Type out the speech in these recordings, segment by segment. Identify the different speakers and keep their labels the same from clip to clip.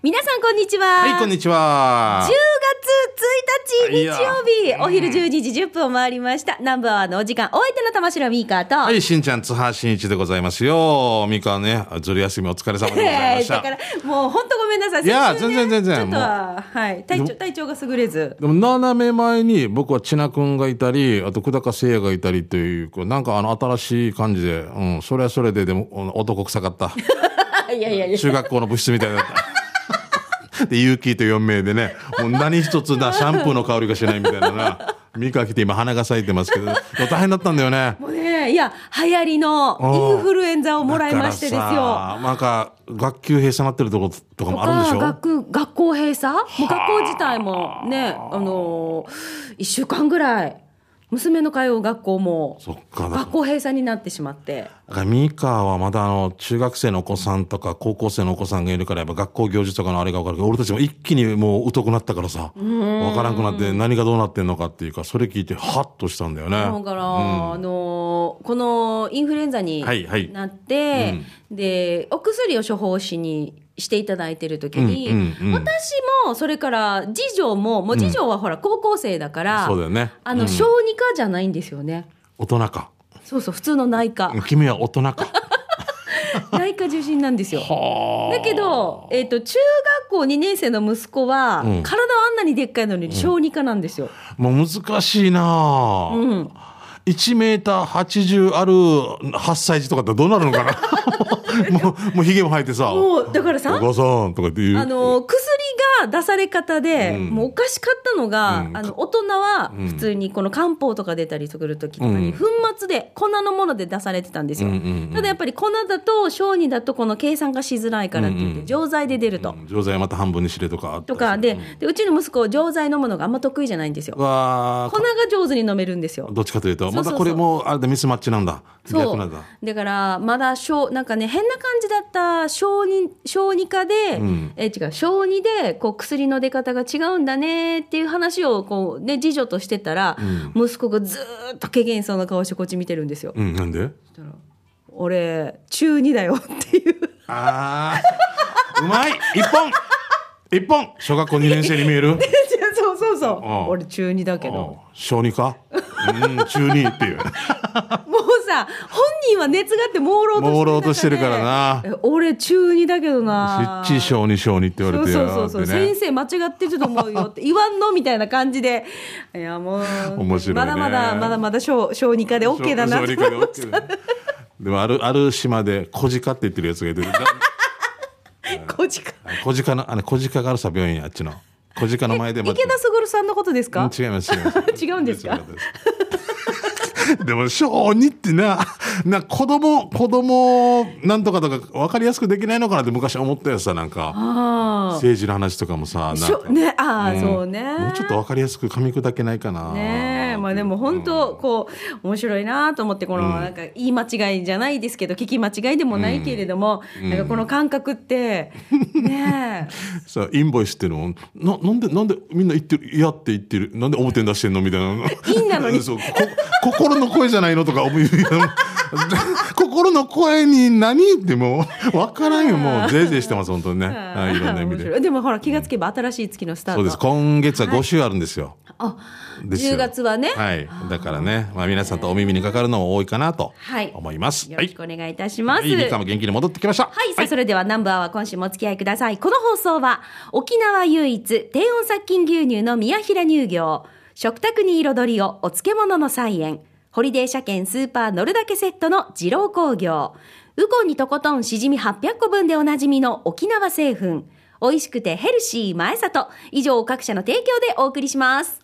Speaker 1: 皆さんこんにちは。
Speaker 2: はい、こんにちは
Speaker 1: 10。月1日日曜日お昼12時10分を回りました。ナンバーワンのお時間、お相手の玉城ミーカーと、
Speaker 2: はい、しんちゃん、津波しんいちでございますよ。みかんね、ずる休みお疲れ様でございま
Speaker 1: え
Speaker 2: し
Speaker 1: ーだか
Speaker 2: た。
Speaker 1: らもう本当ごめんなさい。
Speaker 2: いや
Speaker 1: 先週ね
Speaker 2: 全然全然
Speaker 1: ちょっとは、はい、体調体調が優れず。
Speaker 2: でも、斜め前に僕は千奈君がいたり、あと久高誠也がいたりという、こうなんかあの、新しい感じで、うん、それはそれで、でも、うん男臭かった。
Speaker 1: いやいやいや。
Speaker 2: 中学校の部室みたいだった。 で、ユーキーと4名でね、もう何一つだ、シャンプーの香りがしないみたいなな。ミカ来て今花が咲いてますけど、でも大変だったんだよね。
Speaker 1: もうね、いや、流行りのインフルエンザをもらいましてですよ。
Speaker 2: だからさなんか学級閉鎖になってるとことかもあるんでしょ
Speaker 1: 学学校閉鎖もう学校自体もね、あのー、1週間ぐらい、娘の通う学校も、
Speaker 2: そっかだから
Speaker 1: 学校閉鎖になってしまって。
Speaker 2: だからミカはまだあの中学生のお子さんとか高校生のお子さんがいるからやっぱ学校行事とかのあれが分かるけど俺たちも一気にもう疎くなったからさ分からんくなって何がどうなってんのかっていうかそれ聞いてハッとしたんだよね
Speaker 1: だから、あのーこのインフルエンザに
Speaker 2: はいはい
Speaker 1: なって、でお薬を処方しにしていただいてる時に、
Speaker 2: うんうんうん
Speaker 1: 私もそれから次女ももう次女はほら高校生だから、
Speaker 2: そうだよね
Speaker 1: あの小児科じゃないんですよね、
Speaker 2: 大人か
Speaker 1: そうそう普通の内科
Speaker 2: 君は大人か
Speaker 1: 内科受診なんですよだけど、えっと中学校2年生の息子は、
Speaker 2: うん
Speaker 1: 体はあんなにでっかいのに小児科なんですよ、
Speaker 2: もう難しいなあ、
Speaker 1: ん
Speaker 2: 1メーター80ある8歳児とかだってどうなる のかなもうもうひげも生えてさ
Speaker 1: もうだからさ
Speaker 2: お母さんとかっていう。
Speaker 1: あの薬が出され方で、
Speaker 2: うん
Speaker 1: もうおかしかったのが、
Speaker 2: うん
Speaker 1: あの大人は普通にこの漢方とか出たりする時とか
Speaker 2: うん
Speaker 1: に粉末で粉のもので出されてたんですよ、
Speaker 2: うんうんうん
Speaker 1: ただやっぱり粉だと小児だとこの計算がしづらいからって言って錠剤で出ると、
Speaker 2: うん錠剤はまた半分にしれとかあった
Speaker 1: と
Speaker 2: り
Speaker 1: かででうちの息子錠剤飲むのがあんま得意じゃないんですよ
Speaker 2: うわー
Speaker 1: 粉が上手に飲めるんですよ
Speaker 2: どっちかというと
Speaker 1: そうそう
Speaker 2: ま
Speaker 1: そう
Speaker 2: たこれもあれでミスマッチなんだ
Speaker 1: そ
Speaker 2: 逆なん
Speaker 1: う
Speaker 2: だ
Speaker 1: だからまだ小なんかね変な感じだった小児小児科で、
Speaker 2: ん
Speaker 1: え違う小児でこう薬の出方が違うんだねっていう話をこう、ね、次女としてたら、息子がずーっとけげんそうな顔してこっち見てるんですよ。
Speaker 2: うんなんで
Speaker 1: 俺中二だよっていう
Speaker 2: あーうまい一本一本小学校2年生に見え る
Speaker 1: そうそうそう
Speaker 2: あ
Speaker 1: 俺中二だけど
Speaker 2: うん
Speaker 1: も
Speaker 2: 小児かうん中二って いう
Speaker 1: うさ本人は熱がって朦朧としてる中で
Speaker 2: 朦朧としてるからな
Speaker 1: え俺中二だけどな
Speaker 2: ちっち小児小児って言わ
Speaker 1: そ
Speaker 2: れ
Speaker 1: う
Speaker 2: て
Speaker 1: そ
Speaker 2: や
Speaker 1: う
Speaker 2: が
Speaker 1: そ
Speaker 2: っ
Speaker 1: う
Speaker 2: て
Speaker 1: そう、
Speaker 2: ね
Speaker 1: 先生間違ってると思うよって言わんのみたいな感じ でいやもう
Speaker 2: 面白いね
Speaker 1: まだまだまだまだ小小児科で OK だな
Speaker 2: 小
Speaker 1: と
Speaker 2: 児
Speaker 1: 思
Speaker 2: 科で
Speaker 1: いま
Speaker 2: OK だでもあるある島で小児科って言ってるやつがいてだ
Speaker 1: 小児科
Speaker 2: 小児科の、あの、小児科があるさ、病院、あっちの。小児科の前で待っ
Speaker 1: 池
Speaker 2: て。
Speaker 1: 田卓さんのことですか。
Speaker 2: うん違います、違います
Speaker 1: 違うんですか
Speaker 2: 違ですでも、小児ってな、な、子供、子供、なんとかとか、分かりやすくできないのかなって昔思ったやつさ、なんか、
Speaker 1: あ
Speaker 2: 政治の話とかもさ、
Speaker 1: あ
Speaker 2: な
Speaker 1: し
Speaker 2: ん
Speaker 1: ょ
Speaker 2: か、
Speaker 1: ねああ、
Speaker 2: ん
Speaker 1: そうね
Speaker 2: もうちょっと分かりやすく噛み砕けないかな。
Speaker 1: ねえまあでも本当こう面白いなと思ってこのなんか言い間違いじゃないですけど聞き間違いでもないけれども、なんかこの感覚 ってねえ
Speaker 2: さ、インボイスっていうのも、な、なんで、なんでみんな言ってる、いやって言ってる、なんで表に出してんのみたいな。
Speaker 1: いいなのに
Speaker 2: そうこ心の声じゃないのとか思い 心の声に何ってもう、わからんよ。もう、ぜいぜいしてます、本当にね。はい、いろんな意味
Speaker 1: 面
Speaker 2: で
Speaker 1: 白。いでもほら気がつけば新しい月のスター
Speaker 2: そ
Speaker 1: ト
Speaker 2: うです。今月は5週あるんですよ。
Speaker 1: あ
Speaker 2: ですよ
Speaker 1: 10月はね、
Speaker 2: はい。だからね、まあ皆さんとお耳にかかるのも多いかなと
Speaker 1: はい
Speaker 2: 思います。
Speaker 1: よろしくお願いいたします。
Speaker 2: はい。ミカも元気に戻ってきました。
Speaker 1: はい。さあ、それでは南部アワー今週もお付き合いください。この放送は、沖縄唯一低温殺菌牛乳の宮平乳業、食卓に彩りをお漬物の菜園、ホリデー車検スーパー乗るだけセットの二郎工業、ウコンにとことんしじみ800個分でおなじみの沖縄製粉、美味しくてヘルシー前里、以上各社の提供でお送りします。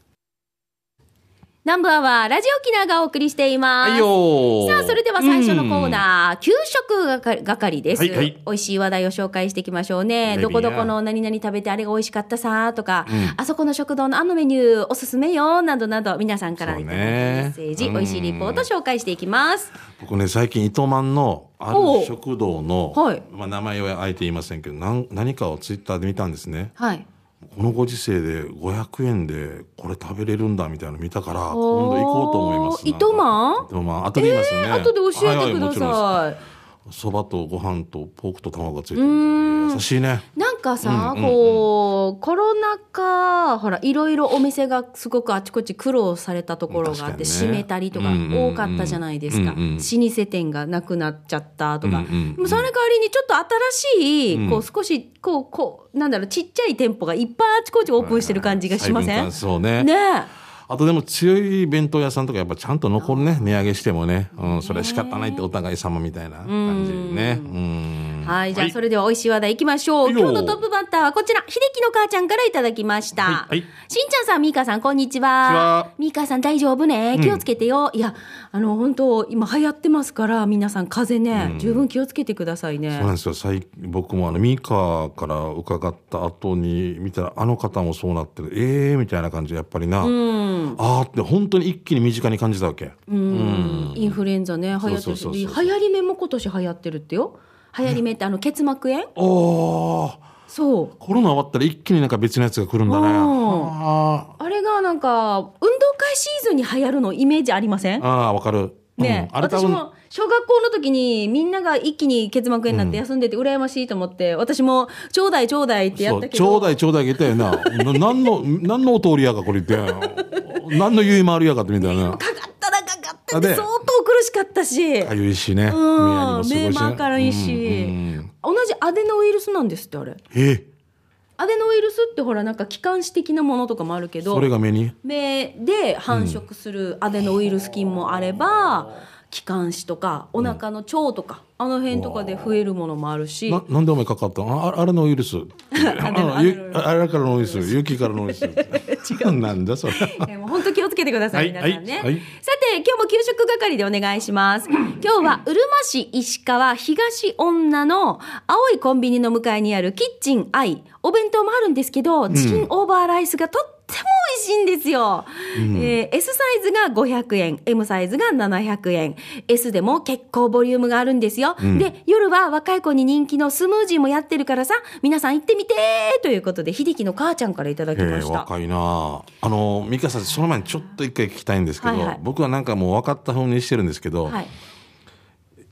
Speaker 1: 南部アワー、ラジオ沖縄がお送りしています。
Speaker 2: はいよー
Speaker 1: さあ、それでは最初のコーナー、給食係係です、
Speaker 2: はいはい
Speaker 1: 美味しい話題を紹介していきましょうね。
Speaker 2: レディー
Speaker 1: どこどこ
Speaker 2: や
Speaker 1: の何々食べてあれが美味しかったさとか、あそこの食堂のあのメニューおすすめよ、などなど、皆さんからいただいたメッセージ、
Speaker 2: そう
Speaker 1: 美
Speaker 2: ね
Speaker 1: 味しいリポート紹介していきます。
Speaker 2: 僕ね最近糸満のあ
Speaker 1: おう
Speaker 2: る食堂の、
Speaker 1: はい
Speaker 2: まあ、名前はあえて言いませんけどなん何かをツイッターで見たんですね
Speaker 1: はい。
Speaker 2: このご時世で500円でこれ食べれるんだみたいなの見たから今
Speaker 1: おー
Speaker 2: 度行こうと思います
Speaker 1: 糸満
Speaker 2: 糸満後で言いますよね、
Speaker 1: 後で教えてくだ
Speaker 2: ははもちろんで
Speaker 1: さい。
Speaker 2: すそばとご飯とポークと卵がついてるみたいで優しいね
Speaker 1: なんかさ、
Speaker 2: うんうんうん
Speaker 1: こう、コロナ禍、ほら、いろいろお店がすごくあちこち苦労されたところがあって、
Speaker 2: 確か
Speaker 1: 閉
Speaker 2: にね
Speaker 1: めたりとか
Speaker 2: うんうんうん
Speaker 1: 多かったじゃないですか。
Speaker 2: うんうん
Speaker 1: 老舗店がなくなっちゃったとか。
Speaker 2: うんうんうん
Speaker 1: でもそれ代わりにちょっと新しい、
Speaker 2: うん
Speaker 1: こう、少し、こう、こう、なんだろう、ちっちゃい店舗がいっぱいあちこちオープンしてる感じがしませ
Speaker 2: 細分
Speaker 1: ん
Speaker 2: 化そうね。
Speaker 1: ね
Speaker 2: あとでも強い弁当屋さんとかやっぱちゃんと残るね、値上げしてもね。うん、それは仕方ないってお互い様みたいな感じね。うん
Speaker 1: え。。はい、じゃあそれでは美味しい話題いきましょう。
Speaker 2: はいよ
Speaker 1: 今日のトップバッターはこちら、秀樹の母ちゃんからいただきました。
Speaker 2: はいはい
Speaker 1: しんちゃんさん、みーかさん、こんにち
Speaker 2: こんにち
Speaker 1: は
Speaker 2: は。
Speaker 1: みーかさん大丈夫ね。気をつけてよ。いや、あの、本当今流行ってますから、皆さん風邪ね、十分気をつけてくださいね。
Speaker 2: そうなんですよ最近僕もあのミカから伺った後に見たらあの方もそうなってるええー、みたいな感じでやっぱりな、ああって本当に一気に身近に感じたわけ、
Speaker 1: うんインフルエンザね、流行って
Speaker 2: そう
Speaker 1: るし、
Speaker 2: そうそう
Speaker 1: 流
Speaker 2: そう
Speaker 1: 行り目も今年流行ってるってよ。流行り目って、あの、結膜炎
Speaker 2: おお
Speaker 1: そう。
Speaker 2: コロナ終わったら一気になんか別のやつが来るんだね
Speaker 1: うん
Speaker 2: あー
Speaker 1: あれがなんか、運動会シーズンに流行るのイメージありません
Speaker 2: あーわかる、
Speaker 1: ね、
Speaker 2: うん、あれ多
Speaker 1: 私
Speaker 2: 分
Speaker 1: も小学校の時にみんなが一気に結膜炎になって休んでて羨ましいと思って、私も「ちょうだいちょうだい」ってや
Speaker 2: そ
Speaker 1: った
Speaker 2: う
Speaker 1: け
Speaker 2: ちょう
Speaker 1: ど
Speaker 2: だいちょうだい言ったよなな何の何のお通りやかこれ言って何の言い回りやかってみたいな
Speaker 1: かかったらかかったって
Speaker 2: ね
Speaker 1: 相当苦しかったし、
Speaker 2: かゆいしね
Speaker 1: うん
Speaker 2: 目や
Speaker 1: 目
Speaker 2: にもすご
Speaker 1: も明るいし、
Speaker 2: うんうんうん
Speaker 1: 同じアデノウイルスなんですってあれ
Speaker 2: え
Speaker 1: アデノウイルスってほらなんか気管支的なものとかもあるけど
Speaker 2: それが目に
Speaker 1: 目で繁殖するアデノウイルス菌もあれば、気管支とかお腹の腸とか、あの辺とかで増えるものもあるし
Speaker 2: ななんでお前かかったのああれのウイ ルスあのゆあれからのウイルス雪からのウイル ス違うなんだそれ
Speaker 1: えーもう本当気をつけてください、
Speaker 2: はい
Speaker 1: 皆さんね、
Speaker 2: はいはい
Speaker 1: さて、今日も給食係でお願いし ます。今日は、うるま市石川東女の青いコンビニの向かいにあるキッチンアイ。お弁当もあるんですけど、チキンオーバーライスがとっても美味しいんですよ。えー S サイズが500円、M サイズが700円。S でも結構ボリュームがあるんですよ。で、夜は若い子に人気のスムージーもやってるからさ、皆さん行ってみてーということで、秀樹の母ちゃんからいただき
Speaker 2: え
Speaker 1: ま
Speaker 2: ー、
Speaker 1: した。
Speaker 2: 若いなああの美香さんその前にちょっと一回聞きたいんですけど、
Speaker 1: はいはい
Speaker 2: 僕はなんかもう分かった風にしてるんですけど、
Speaker 1: はい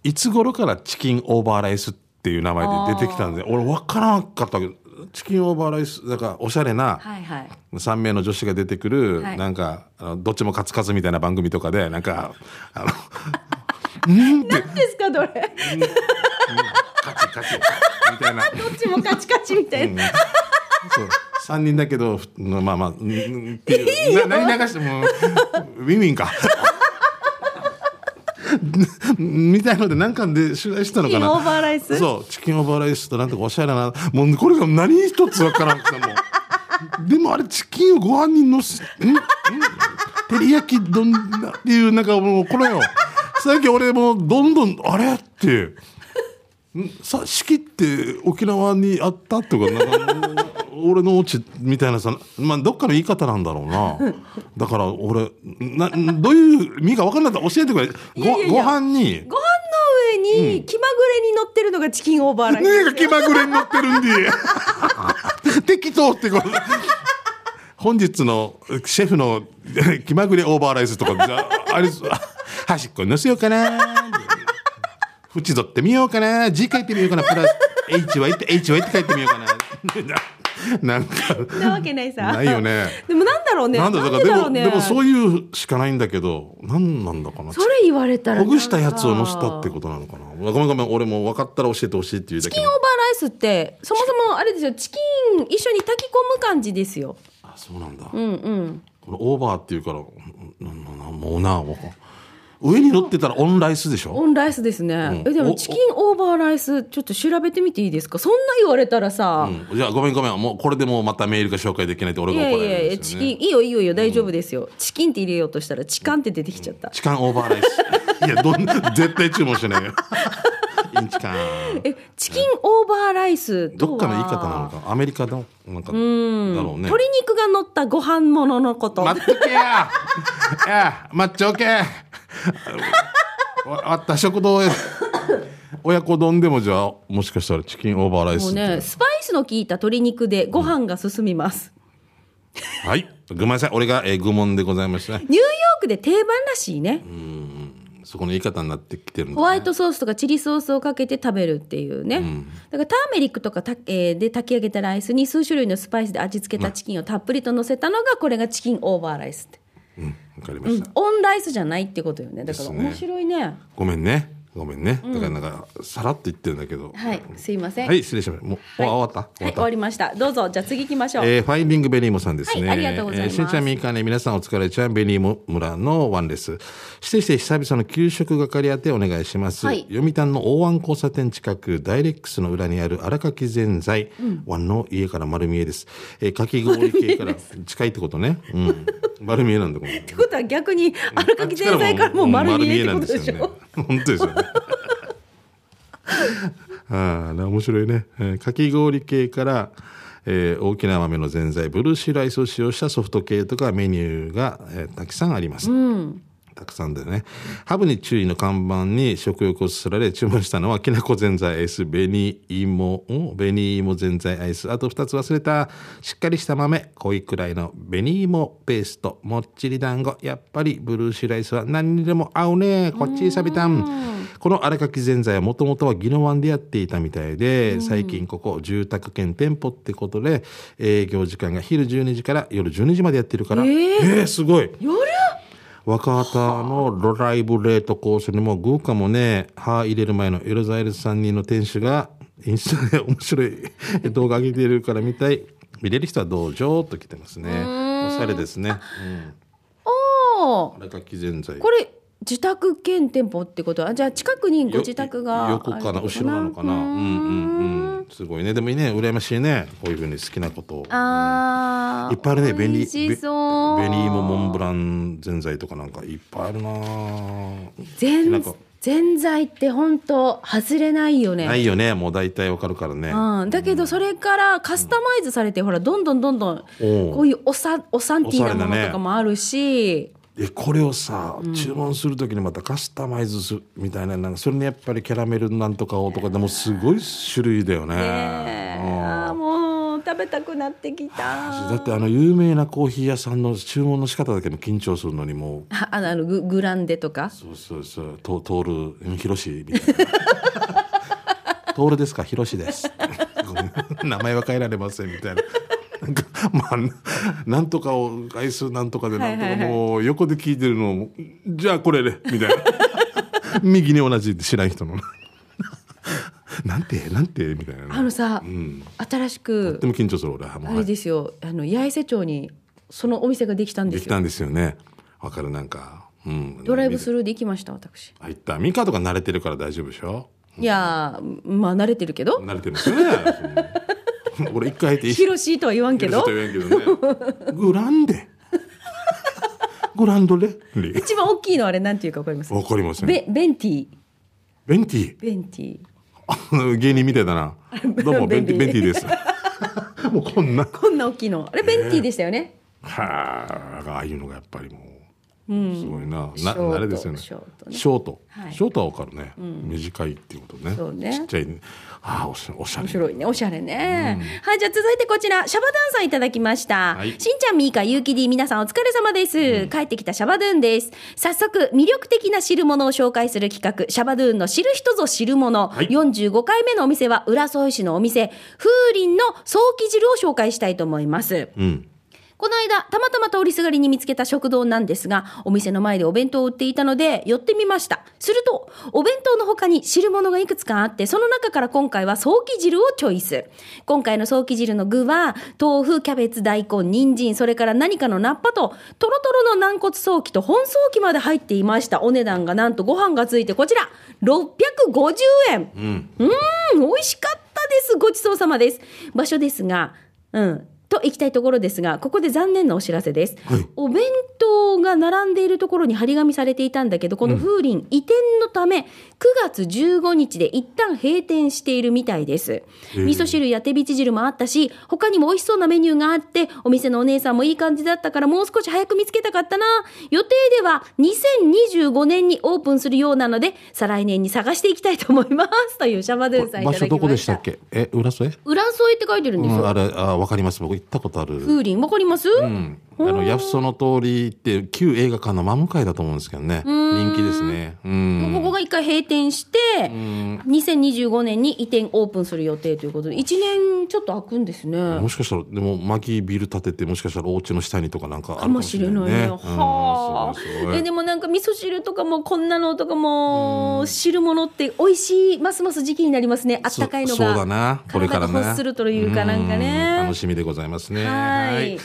Speaker 2: い、つ頃からチキンオーバーライスっていう名前で出てきたんで俺分からなかったけどチキンオーバーライスだからおしゃれな、
Speaker 1: はいはい。
Speaker 2: 3名の女子が出てくる、
Speaker 1: はい
Speaker 2: なんかあのどっちもカツカツみたいな番組とかでなんか あのうんって
Speaker 1: 何ですか、どれ。
Speaker 2: カチカチみたいな。
Speaker 1: どっちもカチカチみたいな。
Speaker 2: そう3人だけどふまあまあうんうんっていうな何流してもウィンウィンかみたいので何かで取材したのか
Speaker 1: チ
Speaker 2: な
Speaker 1: キンオーバーライス
Speaker 2: そうチキンオーバーライスとなんとかおしゃれなもうこれが何一つわからんくてもうでもあれチキンをご飯にのせんん照り焼きどんなっていうなんかもうこれよ最近俺もうどんどんあれっていう。さ四季って沖縄にあったとかなんか俺のオチみたいなさ、まあ、どっかの言い方なんだろうなだから俺などういう意味か分かんなかったら教えてくれご
Speaker 1: いやいやい
Speaker 2: ご
Speaker 1: や
Speaker 2: 飯に
Speaker 1: ご飯の上に気まぐれに乗ってるのがチキンオーバーライス。
Speaker 2: 何が気まぐれに乗ってるんで適当ってこと本日のシェフの気まぐれオーバーライスとかじゃあれ端っこに乗せようかな縁取ってみようかな字書いてみようかなプラス H は言って H は言って書いてみようかななんか
Speaker 1: そんなわけないさ。
Speaker 2: ないよ。ね
Speaker 1: でもなんだろうね。
Speaker 2: な
Speaker 1: なんん
Speaker 2: だ
Speaker 1: でだ
Speaker 2: だからで
Speaker 1: ろ
Speaker 2: も
Speaker 1: うね。
Speaker 2: でもそういうしかないんだけど何なんだかな
Speaker 1: それ言われたらな
Speaker 2: ほ
Speaker 1: んか。
Speaker 2: ぐしたやつを乗せたって
Speaker 1: チ
Speaker 2: ことなのかなごめんごめん俺も分かったら教えてほしいっていうだけ
Speaker 1: キンオーバーライスって、そもそもあれですよ、チキン一緒に炊き込む感じですよ。
Speaker 2: あそうなんだ、
Speaker 1: うんうん。
Speaker 2: このオーバーっていうからなななもうな僕上に乗ってたらオンライスでしょ
Speaker 1: オンライスですね。
Speaker 2: うん
Speaker 1: え、でも
Speaker 2: お
Speaker 1: チキンオーバーライス、ちょっと調べてみていいですかそんな言われたらさ、
Speaker 2: うん、じゃあごめんごめんもうこれでもうまたメールが紹介できないって俺
Speaker 1: い
Speaker 2: が
Speaker 1: や
Speaker 2: 怒ら
Speaker 1: いや
Speaker 2: れ
Speaker 1: い
Speaker 2: る
Speaker 1: や、
Speaker 2: んです
Speaker 1: チ
Speaker 2: よ、
Speaker 1: キ
Speaker 2: ね、
Speaker 1: ン、いいよいいよいいよ、大丈夫ですよ。チキンって入れようとしたら、チカンって出てきちゃった。
Speaker 2: チカンオーバーライスいやどん絶対注文しないよインチカン
Speaker 1: えチキンオーバーライスとは
Speaker 2: どっかの言い方なのかアメリカのなんかだろうね
Speaker 1: 鶏肉が乗ったご飯もののこと、
Speaker 2: 待っとけやいや待っちょけわあった食堂へ親子丼でもじゃあもしかしたらチキンオーバーライ
Speaker 1: も
Speaker 2: ス
Speaker 1: う
Speaker 2: って
Speaker 1: ねスパイスの効いた鶏肉でご飯が進みます、
Speaker 2: はい。ごめんなさい。俺が、えー愚問でございました。
Speaker 1: ニューヨークで定番らしいね
Speaker 2: そこの言い方になってきてるんだね
Speaker 1: ホワイトソースとかチリソースをかけて食べるっていうね、だからターメリックとかた、えーで炊き上げたライスに数種類のスパイスで味付けたチキンをたっぷりと乗せたのがこれがチキンオーバーライスって、
Speaker 2: うん、わかりました、
Speaker 1: オンライスじゃないってことよねだから
Speaker 2: ですね
Speaker 1: 面白いね
Speaker 2: ごめんねごめんねだからなんかさらっと言ってるんだけど
Speaker 1: はいすいません
Speaker 2: はい失礼しましたもう、あ終わった
Speaker 1: は
Speaker 2: 終
Speaker 1: い
Speaker 2: わ
Speaker 1: 終
Speaker 2: った、
Speaker 1: わりましたどうぞじゃあ次行きましょう、
Speaker 2: えーファインディングベリーモさんですね。
Speaker 1: はいありがとうございます
Speaker 2: えーしんちゃんみーかね、皆さんお疲れちゃん、ベリーモ村のワンです。してして久々の給食係宛てお願いします。
Speaker 1: はい
Speaker 2: 読谷の大湾交差点近く、ダイレックスの裏にある荒垣ぜんざい、ワンの家から丸見えです。えーかき氷系から近いってことね。うん。丸見えなんだ、これ。
Speaker 1: ってことは逆に荒垣全体からもう丸見えってことでしょ、
Speaker 2: ね。本当ですよね。ああ、な面白いね。えーかき氷系から、えー大きな豆のぜんざい、ブルーシーライスを使用したソフト系とかメニューが、えーたくさんあります。たくさんだよね。ハブに注意の看板に食欲をそそられ注文したのはきなこぜんざいアイス、紅芋、ん紅芋ぜんざいアイス。あと2つ忘れた。しっかりした豆、濃いくらいの紅芋ペースト、もっちり団子。やっぱりブルーシーライスは何にでも合うね。こっちサビタン。この荒垣ぜんざいはもともとは宜野湾でやっていたみたいで、最近ここ住宅兼店舗ってことで、営業時間が昼12時から夜12時までやってるから。えー、すごい。
Speaker 1: 夜
Speaker 2: 若畑のロライブレートコースにもグーカもね、歯入れる前のエルザイルス3人の店主がインスタで面白い 動画上げてるから見たい。見れる人はどうぞと来てますね。おしゃれですね。
Speaker 1: お
Speaker 2: う
Speaker 1: ー
Speaker 2: ん。あれが貴ぜんざい。
Speaker 1: これ自宅兼店舗ってことはじゃあ近くにご自宅がある
Speaker 2: よ
Speaker 1: って
Speaker 2: 横
Speaker 1: こと
Speaker 2: かな後ろなのかな。うんうんうん。すごいね。でもいいね。羨ましいね。こういうふうに好きなことを。
Speaker 1: あー
Speaker 2: いっぱいあるね。紅
Speaker 1: 美
Speaker 2: べ
Speaker 1: 味しそう
Speaker 2: 紅芋モンブランぜんざいとかなんかいっぱいあるなぁ。
Speaker 1: 全
Speaker 2: なんか
Speaker 1: 全在って本当外れないよね
Speaker 2: ないよね。もう大体わかるからね。
Speaker 1: うん、だけどそれからカスタマイズされて、ほらどんどんどんどん
Speaker 2: おう
Speaker 1: こういうおさおサンティーなも
Speaker 2: おしゃれだ
Speaker 1: の
Speaker 2: ね
Speaker 1: とかもあるし、
Speaker 2: でこれをさ、注文するときにまたカスタマイズするみたいななんかそれにやっぱりキャラメルなんとかをとかでもすごい種類だよね。
Speaker 1: ねえ
Speaker 2: うん
Speaker 1: あーもう食べたくなってきた
Speaker 2: だってあの有名なコーヒー屋さんの注文の仕方だけでも緊張するのにもう
Speaker 1: ああのあのググランデとか
Speaker 2: そうそうそうと通る広しみた いな通るですか広しですごめん名前は変えられませんみたいな。なんかまあ、なんとかを愛するなんとかでなんと
Speaker 1: はいは
Speaker 2: か
Speaker 1: いはい
Speaker 2: もう横で聞いてるのをじゃあこれでみたいな 右に同じって知らん人の なんてなんてみたいな
Speaker 1: あ
Speaker 2: ね
Speaker 1: のさ、
Speaker 2: ん
Speaker 1: 新し
Speaker 2: と
Speaker 1: く
Speaker 2: ても緊張する俺はも
Speaker 1: あ
Speaker 2: うは
Speaker 1: れ
Speaker 2: い
Speaker 1: ですよあの八重瀬町にそのお店ができたんで
Speaker 2: ですき
Speaker 1: よ
Speaker 2: たんですよねわかるなんか、うん、
Speaker 1: ドライブスルーで行きました私、
Speaker 2: 入ったミカとか慣れてるから大丈夫でしょ
Speaker 1: いやーまあ慣れてるけど
Speaker 2: 慣れてるんですよね。俺一回入って一
Speaker 1: ヒロシとは言わんけど
Speaker 2: と言えんけどね。グランデ。グランドレ。わ
Speaker 1: 一番大きいのあれなんていうかわかります
Speaker 2: かりません。ベ
Speaker 1: ベベンティ
Speaker 2: ンティ
Speaker 1: ベンティ
Speaker 2: ー。芸人みたいだ な。どうもベンティ
Speaker 1: ベ
Speaker 2: ベ
Speaker 1: ンティ
Speaker 2: ンティです。 もうこんな。
Speaker 1: こんな大きいのあれベンティでしたよね、
Speaker 2: はあ、ああいうのがやっぱりもう。すごいな。な、
Speaker 1: ショート
Speaker 2: 慣れですよね。
Speaker 1: ショートね
Speaker 2: ショート
Speaker 1: はい
Speaker 2: ショートはわかるね。短いっていうことね。
Speaker 1: そうね
Speaker 2: ちっちゃいね。ああ、おしゃおしゃれ
Speaker 1: 面。白いね。おしゃれね。はい、じゃあ続いてこちら、シャバドゥンさんいただきました。
Speaker 2: はい
Speaker 1: しんちゃん、みーか、ゆうきり、皆さんお疲れ様です。帰ってきたシャバドゥンです。早速、魅力的な汁物を紹介する企画、シャバドゥンの知る人ぞ知るもの。
Speaker 2: はい
Speaker 1: 45回目のお店は、浦添市のお店、風鈴の早期汁を紹介したいと思います。
Speaker 2: うん。
Speaker 1: この間、たまたま通りすがりに見つけた食堂なんですが、お店の前でお弁当を売っていたので、寄ってみました。すると、お弁当の他に汁物がいくつかあって、その中から今回は早期汁をチョイス。今回の早期汁の具は、豆腐、キャベツ、大根、人参、それから何かのナッパと、トロトロの軟骨早期と本早期まで入っていました。お値段がなんとご飯がついてこちら、650円。うん、美味しかったです。ごちそうさまです。場所ですが、うん。と行きたいところですが、ここで残念なお知らせです。
Speaker 2: はい
Speaker 1: お弁当が並んでいるところに張り紙されていたんだけど、この風鈴、移転のため、9月15日で一旦閉店しているみたいです。
Speaker 2: ー
Speaker 1: 味噌汁や手びち汁もあったし、他にも美味しそうなメニューがあって、お店のお姉さんもいい感じだったから、もう少し早く見つけたかったな。予定では2025年にオープンするようなので、再来年に探していきたいと思います。というシャバドゥンさんいただきました。
Speaker 2: 場所どこでしたっけえ、浦添
Speaker 1: 浦添って書いてるんですよ。
Speaker 2: うん、あれあ分かります僕行っ行ったことある。
Speaker 1: 風鈴わかります、
Speaker 2: うん。あの、やっその通りって、旧映画館の真向かいだと思うんですけどね。人気ですね。うん。
Speaker 1: もうここが一回閉店して、2025年に移転オープンする予定ということで、1年ちょっと空くんですね。
Speaker 2: もしかしたら、でも、巻きビル建てて、もしかしたらお家の下にとかなんかある
Speaker 1: か
Speaker 2: か
Speaker 1: も
Speaker 2: も
Speaker 1: し
Speaker 2: し
Speaker 1: れ
Speaker 2: れ
Speaker 1: な
Speaker 2: ないい
Speaker 1: ね。
Speaker 2: ね。
Speaker 1: は
Speaker 2: うんそうそう
Speaker 1: あ。
Speaker 2: そう
Speaker 1: えでもなんか味噌汁とかもこんなのとかも汁物って美味しいますます時期になりますね。あったかいの
Speaker 2: そそうだ
Speaker 1: が。
Speaker 2: な。これから
Speaker 1: 体が
Speaker 2: ね。
Speaker 1: 欲するというかなんかね
Speaker 2: うん楽しみでございますね。
Speaker 1: はい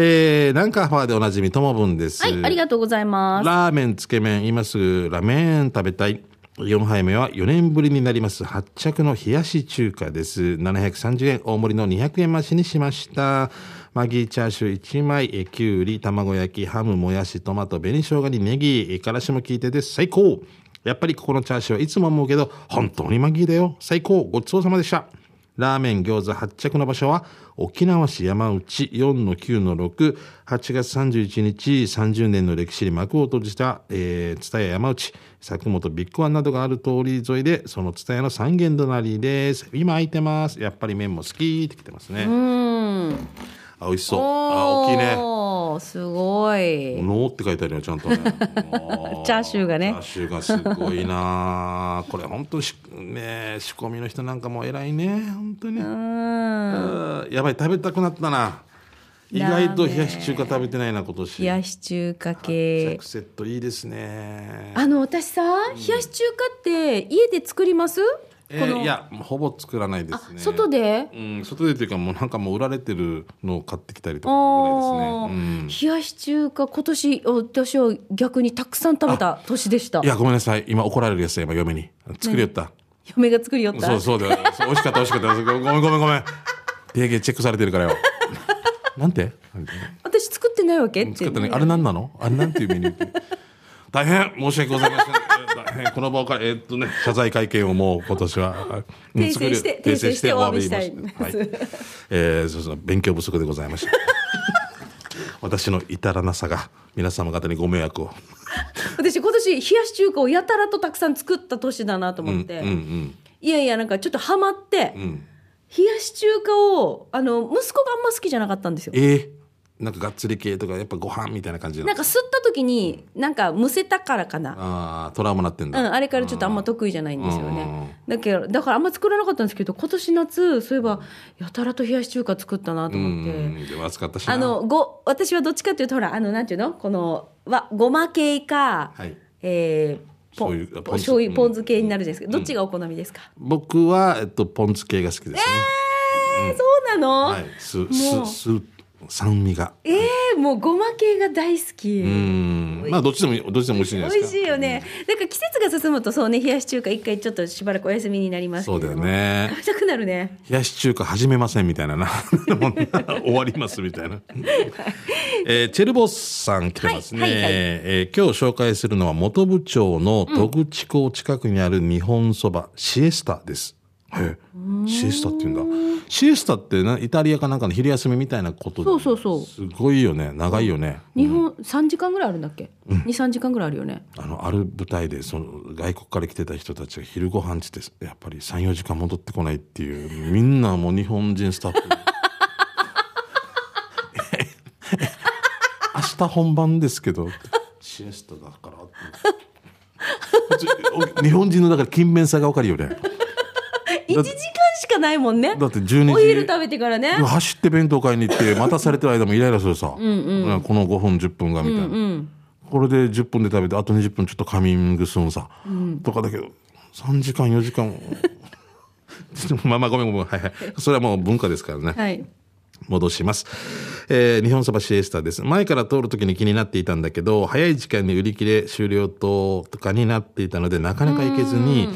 Speaker 2: えー、なんかファーでおなじみ、ともぶんです。
Speaker 1: はい、ありがとうございます。
Speaker 2: ラーメン、つけ麺、今すぐラーメン食べたい。4杯目は4年ぶりになります発着の冷やし中華です。730円、大盛りの200円増しにしました。マギーチャーシュー1枚、えきゅうり、卵焼き、ハム、もやし、トマト、紅生姜にネギ、えからしも効いてて最高やっぱりここのチャーシューはいつも思うけど、本当にマギーだよ。最高ごちそうさまでした。ラーメン餃子発着の場所は沖縄市山内4の9の6、8月31日30年の歴史に幕を閉じた、えー、蔦屋山内、佐久本ビッグワンなどがある通り沿いで、その蔦屋の三軒隣です。今空いてます。やっぱり麺も好きって来てますね。あ、美味しそう。あ、大きいね。
Speaker 1: おーすごい。
Speaker 2: 脳って書いてあるよ、ちゃんと、ね。も う
Speaker 1: チャーシューがね
Speaker 2: チャーシューがすごいなこれ本当し、ねえ仕込みの人なんかも偉いね。本当に。
Speaker 1: うん。
Speaker 2: あーやばい食べたくなったな意外と冷やし中華食べてないな今年
Speaker 1: 冷やし中華系
Speaker 2: 着。セットいいですね
Speaker 1: あの私さ、冷やし中華って家で作ります？
Speaker 2: え
Speaker 1: こ
Speaker 2: ー
Speaker 1: の
Speaker 2: いやもうほぼ作らないで
Speaker 1: あ
Speaker 2: すね
Speaker 1: 外で。
Speaker 2: うん、外でというかもうなんかもう売られてるのを買ってきたりとかぐら
Speaker 1: あ
Speaker 2: い
Speaker 1: ー
Speaker 2: ですね、うん、
Speaker 1: 冷やし中華今年私は逆にたくさん食べた年でした
Speaker 2: いやごめんなさい今怒られるやつだ今嫁に作りよった、
Speaker 1: 嫁が作りよった
Speaker 2: そうそうだよそう美味しかった美味しかったごめんごめんごめん 定義チェックされてるからよ なんて
Speaker 1: 私作ってないわけって
Speaker 2: 作ったね、あれなんなのあれなんていうメニューって 大変申し訳ございませんえー大変この場をからえーっとね謝罪会見をもう今年ははいうん
Speaker 1: 訂正して
Speaker 2: 作る訂正してお詫び
Speaker 1: 訂正してお詫びし
Speaker 2: し
Speaker 1: た
Speaker 2: まはいえーそうそう勉強不足でございました 私の至らなさが皆様方にご迷惑を
Speaker 1: 私今年冷やし中華をやたらとたくさん作った年だなと思って、
Speaker 2: うんうん
Speaker 1: いやいやなんかちょっとハマって、
Speaker 2: ん
Speaker 1: 冷やし中華をあの息子があんま好きじゃなかったんですよ
Speaker 2: えー、なんかがっつり系とかやっぱご飯みたいな感じなの
Speaker 1: なんか吸った時になんかむせたからかな
Speaker 2: ああトラウマなってん
Speaker 1: うん、
Speaker 2: だ、
Speaker 1: あれからちょっとあんま得意じゃないんですよ
Speaker 2: うんうんうん
Speaker 1: ね。だけどだからあんま作らなかったんですけど今年夏そういえばやたらと冷やし中華作ったなと
Speaker 2: う
Speaker 1: 思
Speaker 2: ん
Speaker 1: っ
Speaker 2: う
Speaker 1: て、
Speaker 2: んでも暑かったしな
Speaker 1: あのご私はどっちかというとほらあのなんていうのこのわごま系か、
Speaker 2: はい
Speaker 1: えーポン
Speaker 2: 醤
Speaker 1: ポ
Speaker 2: 油
Speaker 1: ン
Speaker 2: ポン酢
Speaker 1: 醤油
Speaker 2: うん
Speaker 1: ポン酢系になるじゃないですか、どっちがお好みですか、
Speaker 2: 僕は、えっと、ポン酢系が好きですね、
Speaker 1: えーそうなの、
Speaker 2: はい、す
Speaker 1: もう
Speaker 2: すす酸味が
Speaker 1: えーもうごま系が大好き、
Speaker 2: うんまあどっちでもどっちでも美味しいんじゃない
Speaker 1: 美
Speaker 2: で
Speaker 1: 味
Speaker 2: す
Speaker 1: し
Speaker 2: か
Speaker 1: いよねなんか季節が進むとそうね冷やし中華一回ちょっとしばらくお休みになりますけ
Speaker 2: そう
Speaker 1: ど
Speaker 2: だよね
Speaker 1: 食べたくなるね
Speaker 2: 冷やし中華始めませんみたいななもう 終わりますみたいな、えーチェルボスさん来てますね、
Speaker 1: はいはいはい
Speaker 2: えー今日紹介するのは本部町の戸口港近くにある日本そば、シエスタですへえシエスタって言うんだシエスタってなイタリアかなんかの昼休みみたいなことで
Speaker 1: そうそうそう
Speaker 2: すごいよね長いよね、
Speaker 1: 日本3時間ぐらいあるんだっけ、二三23時間ぐらいあるよね
Speaker 2: あのある舞台でその外国から来てた人たちが昼ご飯してやっぱり34時間戻ってこないっていうみんなもう日本人スタッフ 明日本番ですけどシエスタだからって日本人のだから勤勉さが分かるよね
Speaker 1: 1時間しかないもんね
Speaker 2: だって12時
Speaker 1: お昼食べてからね
Speaker 2: 走って弁当買いに行って待たされてる間もイライラするさうんこの5分10分がみたいな、これで10分で食べてあと20分ちょっとカミングスーンさ、とかだけど3時間4時間 ちょっとまあまあごめんごめんはいはいそれはもう文化ですからね、
Speaker 1: はい
Speaker 2: 戻します、えー日本そばシエスタです前から通る時に気になっていたんだけど早い時間に売り切れ終了ととかになっていたのでなかなか行けずに、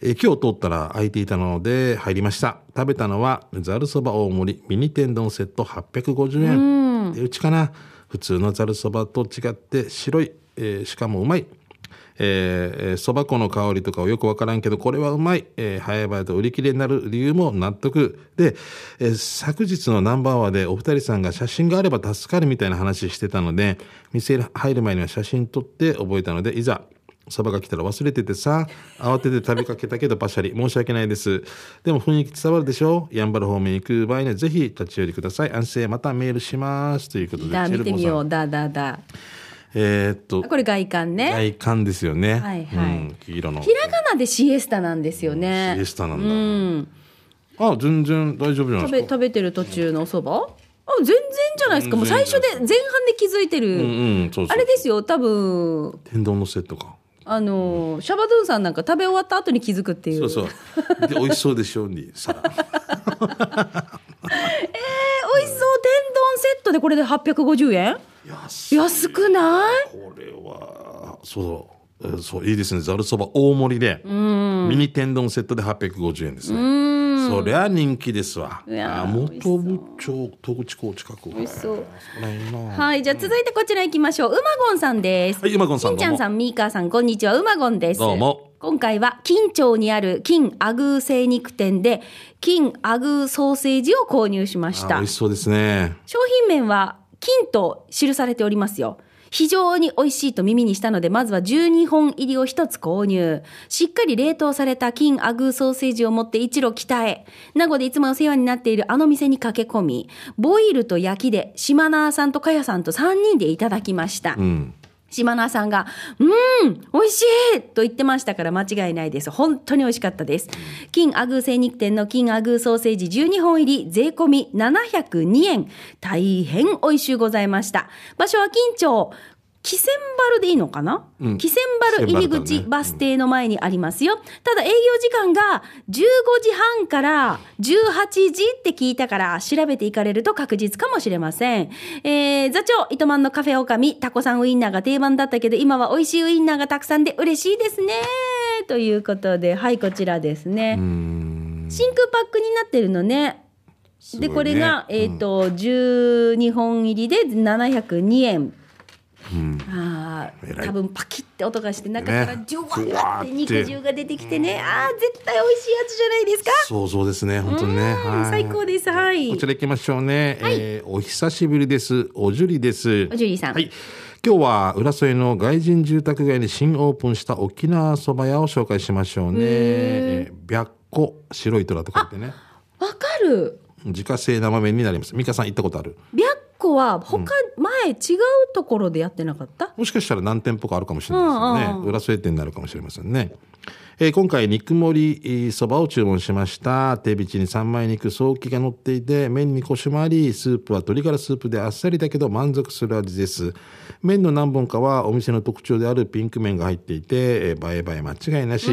Speaker 2: えー今日通ったら空いていたので入りました食べたのはざるそば大盛りミニ天丼セット850円でうちかな普通のざるそばと違って白い、えーしかもうまいえーえーそば粉の香りとかはよくわからんけどこれはうまい、えー早々と売り切れになる理由も納得で、えー昨日のナンバーワーでお二人さんが写真があれば助かるみたいな話してたので店に入る前には写真撮って覚えたのでいざサバが来たら忘れててさ慌てて食べかけたけどパシャリ申し訳ないですでも雰囲気伝わるでしょやんばる方面行く場合にはぜひ立ち寄りください安静またメールしますということで
Speaker 1: だ、
Speaker 2: チェ
Speaker 1: 見
Speaker 2: ルボ
Speaker 1: て
Speaker 2: ン
Speaker 1: み
Speaker 2: さん
Speaker 1: よう。だ、だ、だ。
Speaker 2: えー、っと
Speaker 1: これ外観ね。
Speaker 2: 外観ですよね
Speaker 1: はいはい
Speaker 2: うん、黄色の
Speaker 1: ひらがなでシエスタなんですよね。
Speaker 2: シエスタなんだ
Speaker 1: うん。
Speaker 2: あ全然大丈夫じゃない
Speaker 1: 食
Speaker 2: で
Speaker 1: べ、
Speaker 2: すか
Speaker 1: 食べてる途中のお蕎麦あ、全然じゃないですか。もう最初で、前半で気づいてる。
Speaker 2: うんうんそうそ
Speaker 1: あ
Speaker 2: う
Speaker 1: れですよ、多分、
Speaker 2: 天丼のセットか
Speaker 1: あの、シャバドゥンさんなんか食べ終わった後に気づくっていう。
Speaker 2: そうそう で美味しそうでしょうにさら
Speaker 1: え、美味しそう。天丼セットでこれで850円
Speaker 2: 安い
Speaker 1: 安くない
Speaker 2: これはそうだえーそういいですねざるそば大盛りでミニ天丼セットで850円ですねそりゃ人気ですわ
Speaker 1: いやー
Speaker 2: あ元部町戸口港近く美
Speaker 1: 味しそう
Speaker 2: これいいなは
Speaker 1: はい、じゃあ続いてこちら行きましょう。うまごんさんです。
Speaker 2: い今ゴンさ
Speaker 1: 金
Speaker 2: ん
Speaker 1: ち
Speaker 2: ど
Speaker 1: ゃ
Speaker 2: う
Speaker 1: ん
Speaker 2: も
Speaker 1: さん、ミーカーさん、こんにちは。うまごんです。
Speaker 2: どうも
Speaker 1: 今回は、金町にある金アグー精肉店で、金アグーソーセージを購入しまし
Speaker 2: あ
Speaker 1: た
Speaker 2: 美味。しそうですね
Speaker 1: 商品名は、金と記されておりますよ。非常に美味しいと耳にしたので、まずは12本入りを1つ購入。しっかり冷凍された金アグーソーセージを持って一路北へ。名護でいつもお世話になっているあの店に駆け込み、ボイルと焼きで、島縄さんとかやさんと3人でいただきました。
Speaker 2: うん
Speaker 1: 島縄さんが、うーん、美味しいと言ってましたから間違いないです。本当に美味しかったです。金アグー精肉店の金アグーソーセージ12本入り、税込み702円。大変美味しゅうございました。場所は金町、キセンバルでいいのかな、
Speaker 2: ん
Speaker 1: キセンバル入り
Speaker 2: キセンバルだね
Speaker 1: 口バス停の前にありますよ。ただ営業時間が15時半から18時って聞いたから調べていかれると確実かもしれません。えー、座長、糸満のカフェオカミ、タコさんウインナーが定番だったけど、今は美味しいウインナーがたくさんで嬉しいですね。ということで、はい、こちらですね。真空パックになってるのね。
Speaker 2: すごい
Speaker 1: で、
Speaker 2: ね
Speaker 1: これが、えっ、と、12本入りで702円。あ
Speaker 2: 偉
Speaker 1: あ、
Speaker 2: い
Speaker 1: 多分パキって音がして、中からジュ
Speaker 2: ね
Speaker 1: ワーって肉汁が出てきてね、ああ、絶対美味しいやつじゃないですか。
Speaker 2: 想像ですね本当にね
Speaker 1: うん
Speaker 2: はい
Speaker 1: 最高です。はい。
Speaker 2: こちら行きましょうね。えーお久しぶりです。おじゅりです。
Speaker 1: おじゅりさん
Speaker 2: はい。今日は浦添の外人住宅街に新オープンした沖縄そば屋を紹介しましょうね。えー、白子白い虎と書いてね。
Speaker 1: わかる。
Speaker 2: 自家製生麺になります。美香さん行ったことある。
Speaker 1: 白子は、他、前違うところでやってなかった
Speaker 2: もしかしたら何店舗かあるかもしれないですよね。
Speaker 1: うんうんうん
Speaker 2: 裏添え店になるかもしれませんね。えー今回、肉盛りえーそばを注文しました。手びちに三枚肉、早期が乗っていて、麺にコシもあり、スープは鶏ガラスープであっさりだけど満足する味です。麺の何本かはお店の特徴であるピンク麺が入っていて、えー映え映え間違いなし。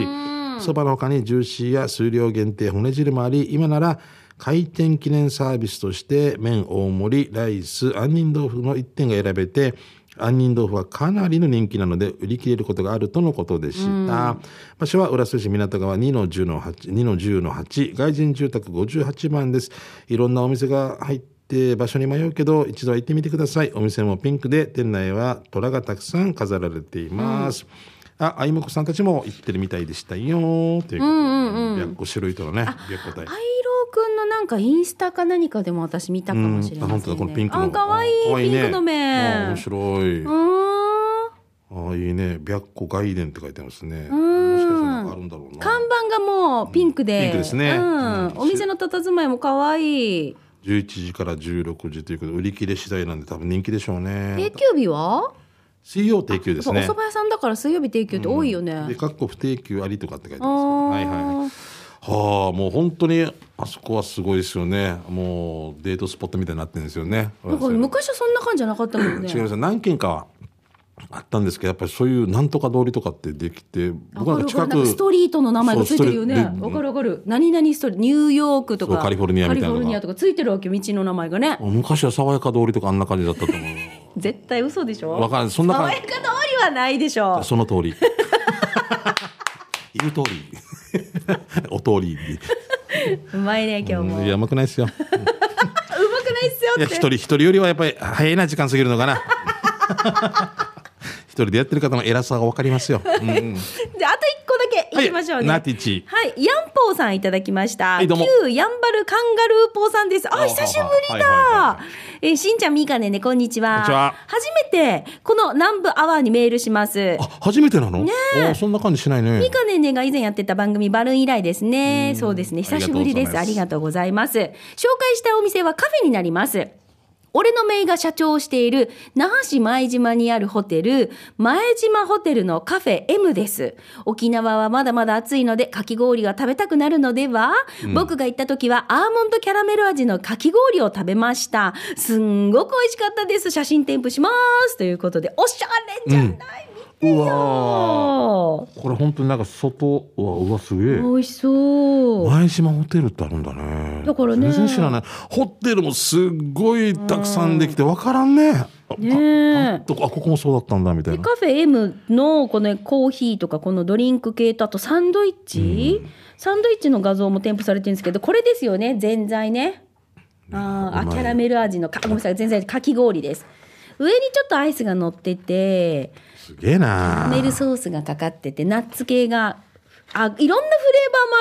Speaker 2: そばの他にジューシーや数量限定骨汁もあり、今なら開店記念サービスとして、麺大盛り、ライス、杏仁豆腐の1点が選べて、杏仁豆腐はかなりの人気なので売り切れることがあるとのことでした。場所は浦添市港川2の10の8、2の10の8、外人住宅58番です。いろんなお店が入って場所に迷うけど、一度は行ってみてください。お店もピンクで、店内は虎がたくさん飾られています。あ、あいもこさんたちも行ってるみたいでしたよということで、白子白いとのね、白子
Speaker 1: アイ
Speaker 2: 隊
Speaker 1: ロ。ーくんのなんかインスタか何かでも私見たかもしれ
Speaker 2: あ、
Speaker 1: ません、
Speaker 2: 本
Speaker 1: ね。
Speaker 2: 当だ、このピンク
Speaker 1: あ、
Speaker 2: の。
Speaker 1: かわいい
Speaker 2: あ可
Speaker 1: ピンクの
Speaker 2: あ
Speaker 1: 目。
Speaker 2: 面
Speaker 1: う
Speaker 2: 白い。
Speaker 1: ーん。
Speaker 2: ああいいね白虎外伝って書いてありますね
Speaker 1: ん
Speaker 2: もしかしたらなんかあるんだろうな
Speaker 1: 看板がもうピンクで、
Speaker 2: ピンクですね
Speaker 1: うん
Speaker 2: うん
Speaker 1: お店の佇まいも可愛い
Speaker 2: 11時から16時ということで売り切れ次第なんで多分人気でしょう
Speaker 1: 定
Speaker 2: ね
Speaker 1: 休日は、
Speaker 2: 水曜定休です
Speaker 1: やっ
Speaker 2: ね
Speaker 1: ぱお蕎麦屋さんだから水曜日定休って多いよね、
Speaker 2: でかっこ不定休ありとかって書いて
Speaker 1: あ
Speaker 2: ますけど
Speaker 1: ー
Speaker 2: はいはいはあもう本当にあそこはすごいですよねもうデートスポットみたいになってるんですよね
Speaker 1: なんか昔はそんな感じじゃなかったもんね
Speaker 2: 違います何軒かはあったんですけどやっぱりそういうなんとか通りとかってできて僕なんか近
Speaker 1: わるわるなんか
Speaker 2: く
Speaker 1: ストリートの名前がついてるよね
Speaker 2: そうストリート
Speaker 1: わかるわかる何々ストリートニューヨークと
Speaker 2: そ
Speaker 1: か
Speaker 2: うカリフォルニアみたいなの
Speaker 1: カ
Speaker 2: が
Speaker 1: リフォルニアとかついてるわけ道の名前がね
Speaker 2: 昔は爽やか通りとかあんな感じだったと思う
Speaker 1: 絶対嘘でしょ
Speaker 2: わかんないそんな感
Speaker 1: 爽
Speaker 2: じ
Speaker 1: やか通りはないでしょ
Speaker 2: その通り。 言う通り。 お通り。
Speaker 1: うまいね今日も、
Speaker 2: いや、
Speaker 1: うま
Speaker 2: 甘くないですよ。
Speaker 1: くないっすよ
Speaker 2: いや、
Speaker 1: っ
Speaker 2: 一
Speaker 1: て
Speaker 2: 人一人よりはやっぱり早いな時間過ぎるのかな。 一人でやってる方の偉さがわかりますよ。うんうん
Speaker 1: であと一個だけ行きましょうね、
Speaker 2: はいナティチ
Speaker 1: はいヤンパぽうさんいただきました。
Speaker 2: はいどうも
Speaker 1: 旧やんばるカンガルーぽうさんです。あ、
Speaker 2: あ
Speaker 1: 久しぶり
Speaker 2: はいはいはい
Speaker 1: だ
Speaker 2: は。
Speaker 1: えーしんちゃん、みーかねんね、こんにちは。
Speaker 2: こんにちは
Speaker 1: 初めて、この南部アワーにメールします。
Speaker 2: あ、初めてなのねそんな感じしないね
Speaker 1: み。かねんねが以前やってた番組バルーン以来ですね。そうですね。久しぶりです。あ
Speaker 2: あ
Speaker 1: り
Speaker 2: り
Speaker 1: が
Speaker 2: が
Speaker 1: とうございます。紹介したお店はカフェになります。俺の姪が社長をしている那覇市前島にあるホテル、前島ホテルのカフェ M です。沖縄はまだまだ暑いのでかき氷が食べたくなるのでは、僕が行った時はアーモンドキャラメル味のかき氷を食べました。すんごく美味しかったです。写真添付します。ということで、おしゃれじゃない、
Speaker 2: う
Speaker 1: う
Speaker 2: わ
Speaker 1: ん
Speaker 2: ーこれ本当になんか外はうわすげえ。
Speaker 1: 美味しそう。
Speaker 2: 前島ホテルってあるんだね。
Speaker 1: だからね
Speaker 2: 全然知らない。ホテルもすっごいたくさんできてわからんね。あ
Speaker 1: ねえ。
Speaker 2: とあここもそうだったんだみた
Speaker 1: で
Speaker 2: いな。
Speaker 1: カフェ M のこのコーヒーとかこのドリンク系とあとサンドイッチ、サンドイッチの画像も添付されてるんですけどこれですよねぜんざいねあーあ
Speaker 2: うま
Speaker 1: キ
Speaker 2: い
Speaker 1: ャラメル味のかごめんなさいぜんざいかき氷です上にちょっとアイスが乗ってて
Speaker 2: すげえ
Speaker 1: カ
Speaker 2: な
Speaker 1: ラ。メルソースがかかっててナッツ系があいろんなフレーバーも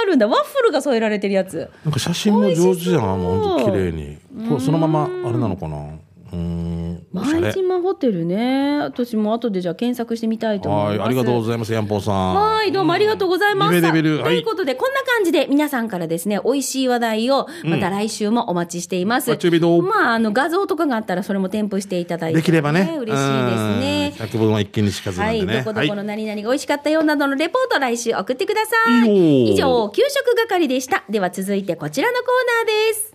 Speaker 1: あるんだワッフルが添えられてるやつ
Speaker 2: なんか写真も上手じゃん。
Speaker 1: 美味しそう
Speaker 2: もう本当綺麗に。これそのままあれなのかな。うーん。おしゃれ
Speaker 1: 前島ホテルね私も後でじゃあ検索してみたいと思
Speaker 2: はいい
Speaker 1: ます
Speaker 2: ありがとうございますヤンポーさん。
Speaker 1: はい、どうもありがとうございました。
Speaker 2: ビビるビビる
Speaker 1: と
Speaker 2: はい
Speaker 1: いうことで、こんな感じで皆さんからですね、美味しい話題を、また来週もお待ちしています。
Speaker 2: お待ちびど
Speaker 1: まあ、あの、画像とかがあったら、それも添付していただいて、
Speaker 2: できればね。
Speaker 1: 嬉しいですね。
Speaker 2: うん100分は一気にしかずな
Speaker 1: は
Speaker 2: んで
Speaker 1: い、
Speaker 2: ね。
Speaker 1: どこどこ
Speaker 2: は
Speaker 1: の
Speaker 2: い
Speaker 1: 何々が美味しかったよなどのレポート来週送ってください。
Speaker 2: いいよ
Speaker 1: 以上、給食係でした。では続いてこちらのコーナーです。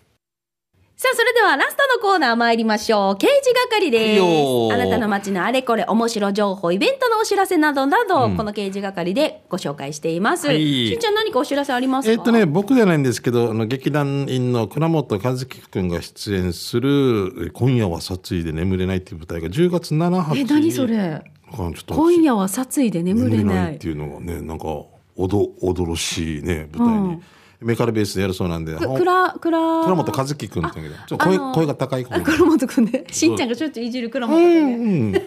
Speaker 1: さあ、それではラストのコーナー参りましょう。刑事係
Speaker 2: いい
Speaker 1: です。
Speaker 2: よ
Speaker 1: あなたの街のあれこれ、面白情報、イベントのお知らせなどなど、
Speaker 2: うん
Speaker 1: この刑事係でご紹介しています。
Speaker 2: はい
Speaker 1: しんちゃん何かお知らせありますか
Speaker 2: えっとね、僕じゃないんですけど、あの、劇団員の倉本和樹くんが出演する、え今夜は殺意で眠れないっていう舞台が10月7日に。
Speaker 1: え、何それ
Speaker 2: わからんちょっと
Speaker 1: 今夜は殺意で眠れ
Speaker 2: 眠れ
Speaker 1: な。
Speaker 2: ないいっていうのがね、なんか、おど、驚しいね、舞台に。メカルベースでやるそうなんで、
Speaker 1: く
Speaker 2: ほん
Speaker 1: く
Speaker 2: 倉
Speaker 1: ら、くら。
Speaker 2: 本和樹くんって言うんだけど、ちょっと声、
Speaker 1: あの
Speaker 2: 声が高いか
Speaker 1: あ
Speaker 2: も。
Speaker 1: 倉本くんね。しんちゃんがしょっちゅういじる倉本
Speaker 2: う
Speaker 1: くんね。
Speaker 2: ん、うん。ど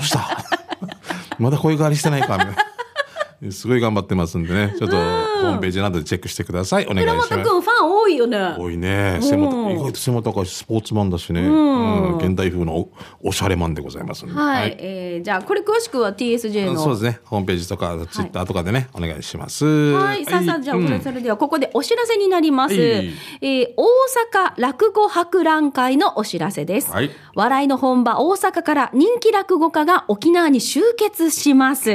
Speaker 2: うした まだ声変わりしてないかみた いなすごい頑張ってますんでね、ちょっとホームページなどでチェックしてください。お願いし
Speaker 1: 倉
Speaker 2: ます。
Speaker 1: 本くんファン多いよね。
Speaker 2: 多いね背も
Speaker 1: うん
Speaker 2: 意外と背も高いしスポーツマンだしね、うんん現代風のおおしゃれマンでございますんで
Speaker 1: はい、えーじゃあこれ詳しくは TSJ
Speaker 2: そうで
Speaker 1: の。
Speaker 2: すねホームページとかツイッターとかでね、お願いします
Speaker 1: はい、さあさあ、じゃあ、
Speaker 2: うん
Speaker 1: それではここでお知らせになります。
Speaker 2: はい
Speaker 1: えー大阪落語博覧会のお知らせです。
Speaker 2: はい
Speaker 1: 笑いの本場大阪から人気落語家が沖縄に集結します。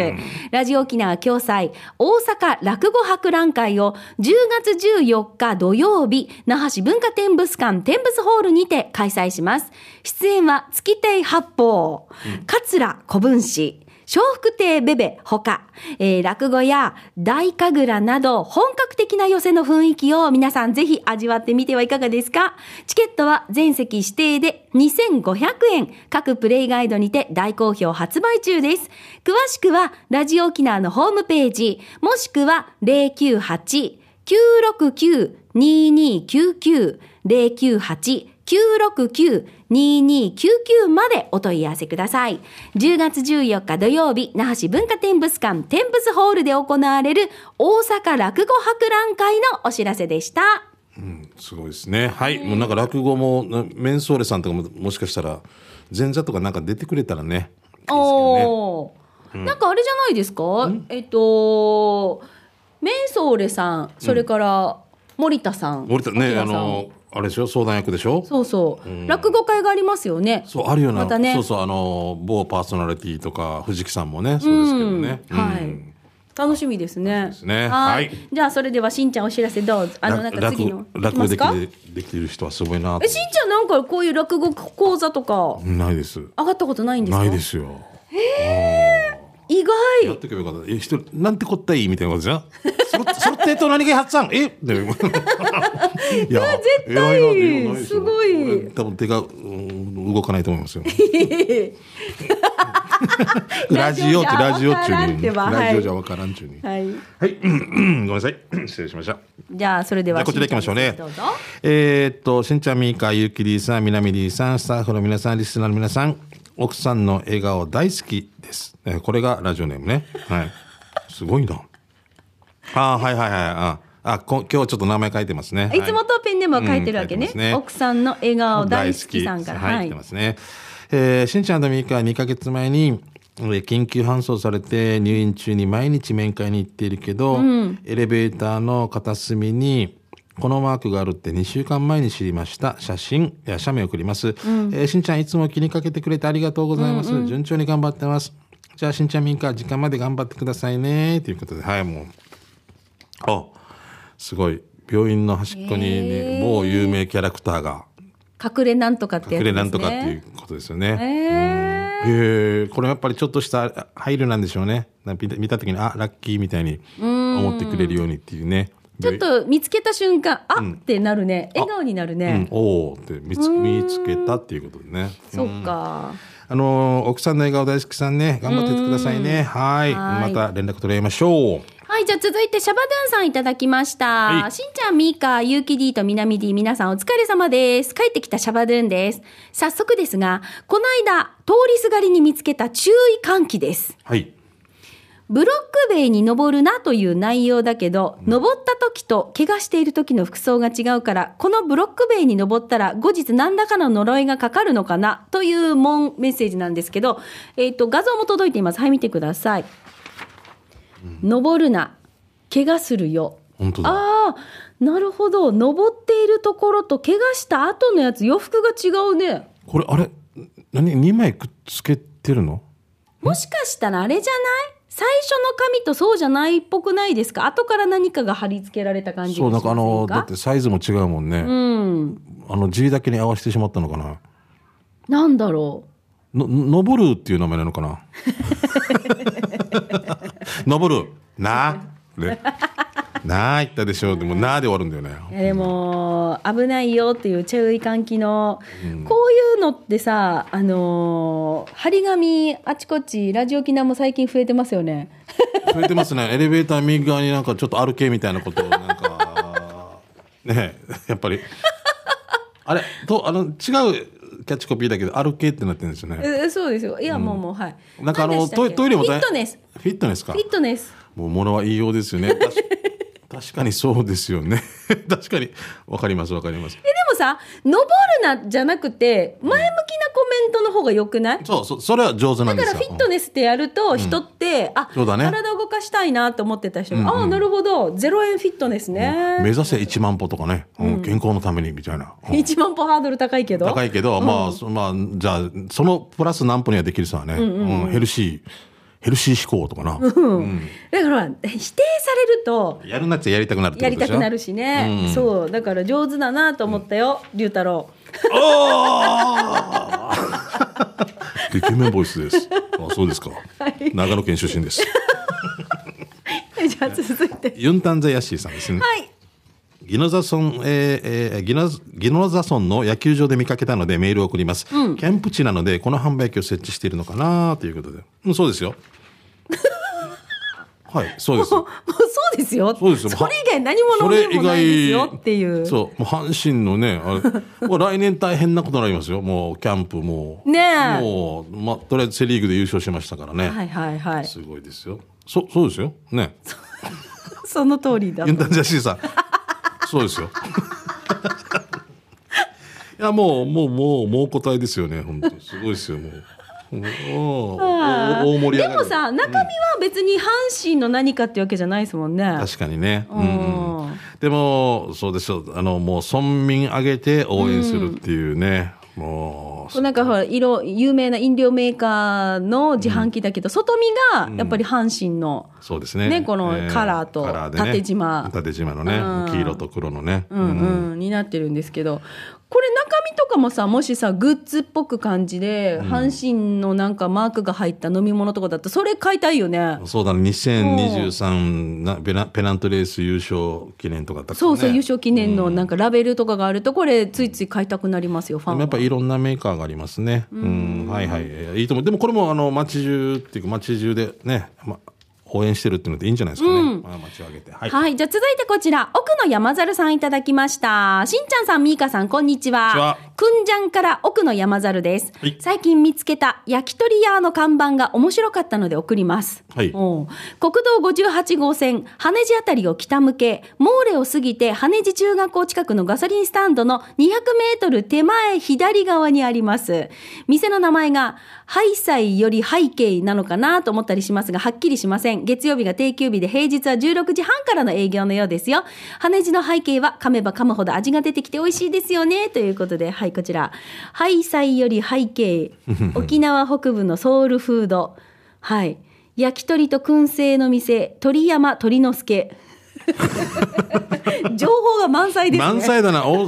Speaker 1: ラジオ沖縄共催大阪落語博覧会を10月14日土曜日、那覇市文化展物館展物ホールにて開催します。出演は月亭八方、桂小文氏、笑福亭ベベほか、えー落語や大神楽など本格的な寄せの雰囲気を皆さんぜひ味わってみてはいかがですかチケットは全席指定で2500円各プレイガイドにて大好評発売中です詳しくはラジオ沖縄のホームページもしくは098 969-2299 098-969-2299までお問い合わせください。10月14日土曜日、那覇市文化展物館展物ホールで行われる大阪落語博覧会のお知らせでした。
Speaker 2: すごいですねはい、もうなんか落語もなメンソーレさんとかももしかしたら前座とかなんか出てくれたらねいいですけどね
Speaker 1: おーなんかあれじゃないですかえっと、メンソーレさん、それから森田さん。
Speaker 2: 森田ね
Speaker 1: 明さ
Speaker 2: あ
Speaker 1: ん
Speaker 2: のあれでしょ相談役でしょ
Speaker 1: そうそう、落語会がありますよね。
Speaker 2: そうあるような、
Speaker 1: またね
Speaker 2: そうそうあの某パーソナリティとか藤木さんもねそうですけどね、
Speaker 1: うんは
Speaker 2: うん
Speaker 1: い。楽しみですね。
Speaker 2: すねはい。
Speaker 1: じゃあそれではしんちゃんお知らせどうぞ。あのなんか次の
Speaker 2: 落落語
Speaker 1: いきま
Speaker 2: でき
Speaker 1: すか
Speaker 2: るできる人はすごいなと
Speaker 1: えしんちゃんなんかこういう落語講座とか
Speaker 2: ないです
Speaker 1: 上がったことないんですか。
Speaker 2: ないですよ
Speaker 1: 意
Speaker 2: やっ
Speaker 1: 外。
Speaker 2: てけばよかったえ一人なんてこったいみたいなことじゃんそろ そろってえと何がやっさんえ でいや絶
Speaker 1: 絶対すごい
Speaker 2: 多分手が、うん動かないと思いますよラジオってラジ オ
Speaker 1: ラジ
Speaker 2: 中
Speaker 1: オじゃわからんっ
Speaker 2: に
Speaker 1: てばはい
Speaker 2: ラジオじゃわからん中 に
Speaker 1: はい。
Speaker 2: はい、 ごめんなさい失礼しました
Speaker 1: じゃあそれで
Speaker 2: じゃ
Speaker 1: は
Speaker 2: あこちら行きましょうね
Speaker 1: しんちゃんのお知らせどうぞ。。
Speaker 2: えーっと、しんちゃん、みーか、ゆうきりーさん、みなみりーさん、スタッフの皆さん、リスナーの皆さん、奥さんの笑顔大好きです。えーこれがラジオネームね。はい。すごいな。あーはいはいはい。あーあこ、今日ちょっと名前書いてますね。
Speaker 1: いつもとペンネームは書いてるわけね,、
Speaker 2: うん書いてますね
Speaker 1: 奥さんの笑顔大好きさんから
Speaker 2: はい、
Speaker 1: は
Speaker 2: 来
Speaker 1: い
Speaker 2: てますね。えーしんちゃんとみーかは2ヶ月前に、えー緊急搬送されて入院中に毎日面会に行っているけど、エレベーターの片隅に、このマークがあるって2週間前に知りました。写真、いや、写メ送ります、えーしんちゃんいつも気にかけてくれてありがとうございます。順調に頑張ってます。じゃあ、しんちゃんみーか、時間まで頑張ってくださいね。ということで、はい、もう。あ、すごい。病院の端っこに、ね
Speaker 1: へー
Speaker 2: 某有名キャラクターが
Speaker 1: 隠れなんとかってやつで
Speaker 2: 隠
Speaker 1: すね
Speaker 2: れなんとかっていうことですよ
Speaker 1: え
Speaker 2: ね。
Speaker 1: ー
Speaker 2: えーこれやっぱりちょっとした配慮なんでしょうね。なんか見た見た時に、あ、ラッキーみたいに思ってくれるようにっていうね。
Speaker 1: ちょっと見つけた瞬間あ、ってなるね笑顔になる
Speaker 2: 病院、
Speaker 1: ね、
Speaker 2: うん、おおって見つ見つけたっていうことでね。
Speaker 1: そうか、
Speaker 2: あのー奥さんの笑顔大好きさんね、頑張ってってくださいね。はい
Speaker 1: はい
Speaker 2: また連絡取り合いましょう。
Speaker 1: はい、じゃあ続いてシャバドゥンさんいただきました。
Speaker 2: はい
Speaker 1: しんちゃん、みーか、ゆうき D とみなみ D、皆さんお疲れ様です。帰ってきたシャバドゥンです。早速ですが、この間、通りすがりに見つけた注意喚起です。
Speaker 2: はい。
Speaker 1: ブロック塀に登るなという内容だけど、登った時と怪我している時の服装が違うから、このブロック塀に登ったら後日何らかの呪いがかかるのかなという文メッセージなんですけど、えっ、と、画像も届いています。はい、見てください。登るな。怪我するよ。
Speaker 2: 本当だ。
Speaker 1: ああ、なるほど。登っているところと怪我した後のやつ、洋服が違うね。
Speaker 2: これ、あれ何 ?2 枚くっつけてるの
Speaker 1: もしかしたらあれじゃない最初の紙とそうじゃないっぽくないですか後から何かが貼り付けられた感じがし
Speaker 2: そう、な
Speaker 1: ま
Speaker 2: ん
Speaker 1: せ
Speaker 2: かあ
Speaker 1: ん
Speaker 2: の、だ
Speaker 1: か
Speaker 2: ってサイズも違うもんね。
Speaker 1: うん。
Speaker 2: あの、G だけに合わせてしまったのかな。
Speaker 1: なんだろ
Speaker 2: の、登るっていう名前なのかな 登るなあ、ね、なあ言ったでしょでもなあで終わるんだよ
Speaker 1: う。い
Speaker 2: ね
Speaker 1: やでも、危ないよっていう注意喚起の、こういうのってさ、あのー貼り紙あちこち、ラジオ機能も最近増えてますよね。
Speaker 2: 増えてますねエレベーター右側になんかちょっと歩けみたいなことをなんかねえやっぱりあれとあの違うキャッチコピーだけど歩けってなってるんですよね
Speaker 1: ええそうですよ。いや、もうもう、はい。
Speaker 2: なんかあ
Speaker 1: 何
Speaker 2: の
Speaker 1: でしたっ
Speaker 2: ト
Speaker 1: け
Speaker 2: イトイレも
Speaker 1: フィ
Speaker 2: 大
Speaker 1: ットネス。
Speaker 2: フィットネスか
Speaker 1: フィットネス。
Speaker 2: もう物は言いようですよね確確かにそうですよね確かにわかりますわかります
Speaker 1: えでもさ「登るな」じゃなくて前向きなコメントの方がよくない
Speaker 2: そうそうそれは上手な
Speaker 1: だ
Speaker 2: んで
Speaker 1: か
Speaker 2: す
Speaker 1: ら
Speaker 2: よ
Speaker 1: フィットネスってやると人って、あ
Speaker 2: そうだね
Speaker 1: 体を動かしたいなと思ってた人が、ああなるほど0円フィットネス
Speaker 2: 目
Speaker 1: ね、
Speaker 2: 指せ1万歩とかね、うん健康のためにみたいな、うん
Speaker 1: 一1万歩ハードル高いけど
Speaker 2: 高いけど、まあそまあじゃあそのプラス何歩にはできるさね、うんヘルシーヘルシー思考とか な、
Speaker 1: だからほら否定されると
Speaker 2: やるなっちゃやりたくなるって
Speaker 1: や
Speaker 2: こと
Speaker 1: り
Speaker 2: で
Speaker 1: た
Speaker 2: しょ
Speaker 1: くなるしね、そうだから上手だなと思ったよ龍太郎
Speaker 2: おー イケメンボイスですあそうですか、
Speaker 1: い
Speaker 2: 長野県出身です
Speaker 1: じゃあ続いて
Speaker 2: ユンタンザヤッシーさんですね
Speaker 1: はい
Speaker 2: ギノザ村、えーえーギノギノザ村の野球場で見かけたのでメールを送ります、キャンプ地なのでこの販売機を設置しているのかなということで、うん、そう ですよはいそうです
Speaker 1: もうそうですよ
Speaker 2: そうですよ
Speaker 1: それ以外何も飲みもないですよっていう
Speaker 2: そうもう阪神のねあ れもう来年大変なことになりますよもうキャンプもう
Speaker 1: ねえ
Speaker 2: もう、まあ、とりあえずセ・リーグで優勝しましたからね、
Speaker 1: はいはいはい
Speaker 2: すごいですよそそうですよね
Speaker 1: その通りだ
Speaker 2: ユンタンジャシー さん。そうですよ。 いや、もう、もう、もう、もう答えですよね。本当すごいですよ、もう。もう
Speaker 1: あー
Speaker 2: 大盛り上が
Speaker 1: で
Speaker 2: る
Speaker 1: もさ中身は別に阪神の何かってわけじゃないですもんね、
Speaker 2: 確かにね、う
Speaker 1: うん
Speaker 2: うんでもそうですよあのもう村民上げて応援するっていうね、もう
Speaker 1: なんかほら色有名な飲料メーカーの自販機だけど、外見がやっぱり阪神の、
Speaker 2: そうですね
Speaker 1: ねこのカラーと
Speaker 2: カラでね
Speaker 1: 縦じま
Speaker 2: 縦じまのね、
Speaker 1: うん
Speaker 2: 黄色と黒のね、
Speaker 1: うんうんになってるんですけどこれ中身とかもさもしさグッズっぽく感じで、阪神のなんかマークが入った飲み物とかだったらそれ買いたいよね。
Speaker 2: そうだね2023なペナペナントレース優勝記念とかだったから
Speaker 1: そうそう、
Speaker 2: ね
Speaker 1: 優勝記念のなんかラベルとかがあるとこれついつい買いたくなりますよファ
Speaker 2: で
Speaker 1: ン
Speaker 2: も
Speaker 1: は
Speaker 2: やっぱいろんなメーカーがありますね。うん、はいはい、えーいいと思う。でもこれもあの街中っていうか街中でね、ま、応援してるっていうのでいいんじゃないですかね。まあ街を挙げて。はい。こんに
Speaker 1: はい。じゃあ続いてこちら、奥野山猿さんいただきました。しんちゃんさん、みーかさん、こんにちは。
Speaker 2: ちは
Speaker 1: くんじゃんから奥の山猿です、
Speaker 2: はい
Speaker 1: 最近見つけた焼き鳥屋の看板が面白かったので送ります、
Speaker 2: はい
Speaker 1: おう国道58号線羽地あたりを北向けモーレを過ぎて羽地中学校近くのガソリンスタンドの200メートル手前左側にあります店の名前がハイサイより背景なのかなと思ったりしますがはっきりしません月曜日が定休日で平日は16時半からの営業のようですよ羽地の背景は噛めば噛むほど味が出てきて美味しいですよねということではいこちらハイサイより背 景沖縄北部のソウルフードはい焼き鳥と燻製の店鳥山鳥之助 情報が満載ですね
Speaker 2: 満載だな。お、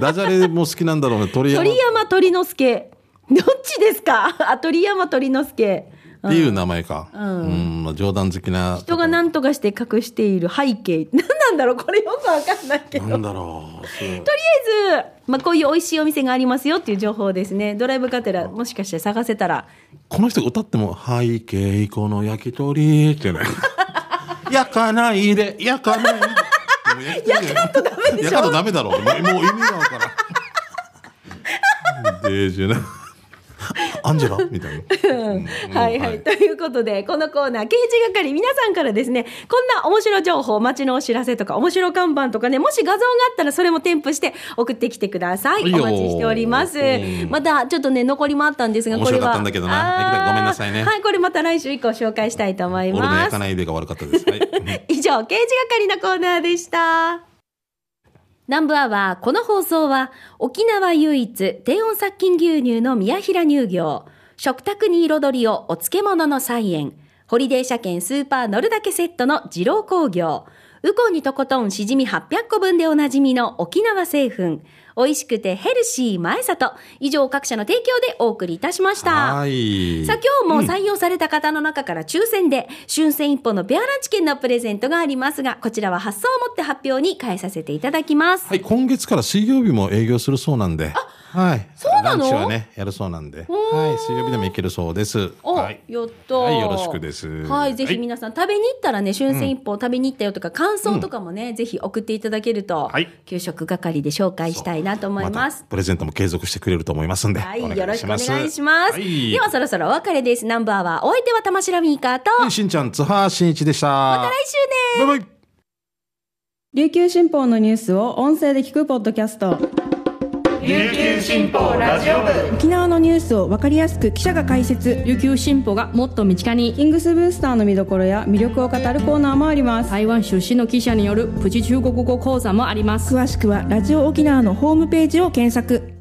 Speaker 2: ダジャレも好きなんだろうね。鳥山っ
Speaker 1: 鳥山鳥之助どっちですか あ鳥山鳥之助
Speaker 2: ていう名前か。うんん、まあ冗談好きな。
Speaker 1: 人が何とかして隠している背景何なんだろうこれよくわかんないけど
Speaker 2: なんだろう。そ
Speaker 1: と
Speaker 2: う
Speaker 1: りあえず、まあ、こういう美味しいお店がありますよっていう情報をですねドライブカテラもしかして探せたら
Speaker 2: この人が歌っても、背景、この焼き鳥ってね。焼かないで、焼かないで。焼かんとダメでしょ。焼かんとダメだろう。もうもう意味がわからん。デージュな。アンジェラみたいな。うん
Speaker 1: はいはい、ということでこのコーナー刑事係皆さんからですねこんな面白情報街のお知らせとか面白看板とかねもし画像があったらそれも添付して送ってきてください
Speaker 2: いいよ
Speaker 1: お待ちしております、
Speaker 2: うん
Speaker 1: またちょっとね残りもあったんですがこれは
Speaker 2: 面白かったんだけどな
Speaker 1: あー
Speaker 2: だけどごめんなさいね
Speaker 1: はいこれまた来週以降紹介したいと思い
Speaker 2: 俺の
Speaker 1: ま
Speaker 2: 焼
Speaker 1: す
Speaker 2: かないでが悪かったです。はい。
Speaker 1: 以上、刑事係のコーナーでした。南部アワー、この放送は、沖縄唯一低温殺菌牛乳の宮平乳業、食卓に彩りをお漬物の菜園、ホリデー車検スーパー乗るだけセットの二郎工業、ウコンにとことんしじみ800個分でおなじみの沖縄製粉、美味しくてヘルシー前里、以上各社の提供でお送りいたしました。
Speaker 2: はい。
Speaker 1: さあ今日も採用された方の中から抽選で、春戦一本のペアランチ券のプレゼントがありますがこちらは発送をもって発表に変えさせていただきます、
Speaker 2: はい、今月から水曜日も営業するそうなんで。はい。
Speaker 1: そうなの
Speaker 2: ランチはね、やるそうなんで。はい、水曜日でも行けるそうです。
Speaker 1: お、
Speaker 2: はい。
Speaker 1: やったー
Speaker 2: はいよろしくです
Speaker 1: はい、ぜひ皆さん、食べに行ったらね、春戦一本食べに行ったよとか、感想とかもね、ぜひ送っていただけると、
Speaker 2: はい
Speaker 1: 給食係で紹介したいなと思います。
Speaker 2: プレゼントも継続してくれると思いますんで。
Speaker 1: は
Speaker 2: お
Speaker 1: い、よ
Speaker 2: 願
Speaker 1: ろ
Speaker 2: い
Speaker 1: しく
Speaker 2: し
Speaker 1: お
Speaker 2: ま
Speaker 1: 願い
Speaker 2: す。
Speaker 1: します。
Speaker 2: はい
Speaker 1: では、そろそろお別れです。ナンバーは、お相手は玉城ミーカーと、
Speaker 2: はいしんちゃん、津波しんいちでした。ま
Speaker 1: 来週ね
Speaker 2: バイバイ。
Speaker 3: 琉球新報のニュースを音声で聞くポッドキャスト
Speaker 4: 琉球新報ラジオ部
Speaker 3: 沖縄のニュースを分かりやすく記者が解説
Speaker 5: 琉球新報がもっと身近に
Speaker 3: キングスブースターの見どころや魅力を語るコーナーもあります
Speaker 5: 台湾出身の記者によるプチ中国語講座もあります
Speaker 3: 詳しくはラジオ沖縄のホームページを検索